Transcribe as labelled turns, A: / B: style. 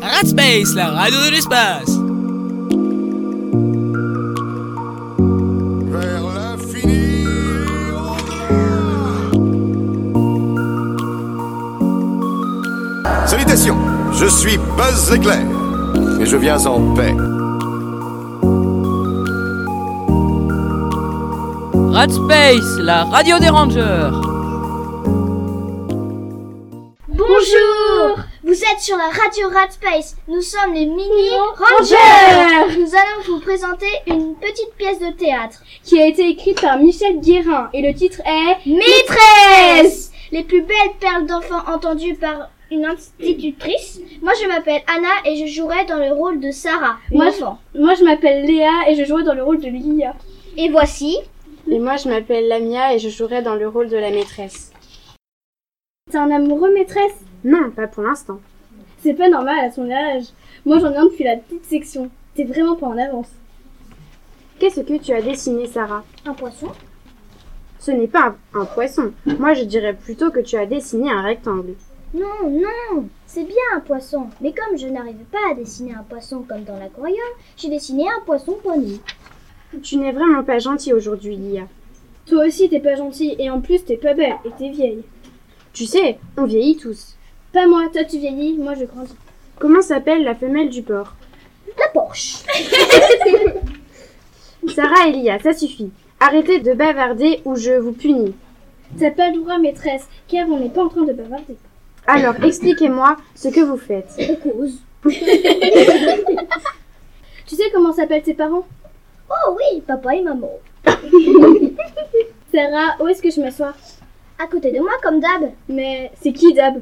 A: Pirate Space, la radio de l'espace.
B: Vers l'infini et au-delà. Salutations, je suis Buzz Éclair et je viens en paix.
C: Rat Space, la radio des Rangers.
D: Bonjour Vous êtes sur la radio Radspace. Nous sommes les Mini Rangers
E: Rangers
D: Nous allons vous présenter une petite pièce de théâtre.
E: qui a été écrite par Michel Guérin et le titre est
D: Maîtresse Les plus belles perles d'enfants entendues par une institutrice. Moi je m'appelle Anna et je jouerai dans le rôle de Sarah, une
E: Moi,
D: enfant.
E: Moi je m'appelle Léa et je jouerai dans le rôle de Lia.
D: Et voici
F: Et moi, je m'appelle Lamia et je jouerai dans le rôle de la maîtresse.
E: C'est un amoureux maîtresse
F: Non, pas pour l'instant.
E: C'est pas normal à son âge. Moi j'en ai un depuis la petite section. T'es vraiment pas en avance.
F: Qu'est-ce que tu as dessiné, Sarah
D: un poisson.
F: Ce n'est pas un, un poisson. Moi, je dirais plutôt que tu as dessiné un rectangle.
D: Non, non C'est bien un poisson. Mais comme je n'arrive pas à dessiner un poisson comme dans l'aquarium, j'ai dessiné un poisson poignet.
F: Tu n'es vraiment pas gentille aujourd'hui, Lia.
E: Toi aussi t'es pas gentille et en plus t'es pas belle et t'es vieille.
F: Tu sais, on vieillit tous.
E: Pas moi, toi tu vieillis, moi je grandis.
F: Comment s'appelle la femelle du porc
D: La Porsche
F: Sarah et Lia, ça suffit. Arrêtez de bavarder ou je vous punis.
E: T'as pas le droit maîtresse, car on n'est pas en train de bavarder.
F: Alors, expliquez-moi ce que vous faites.
D: cause.
E: Tu sais comment s'appellent tes parents
D: Oh oui, papa et maman.
E: Sarah, où est-ce que je m'assois
D: À côté de moi comme d'hab.
E: Mais c'est qui Dab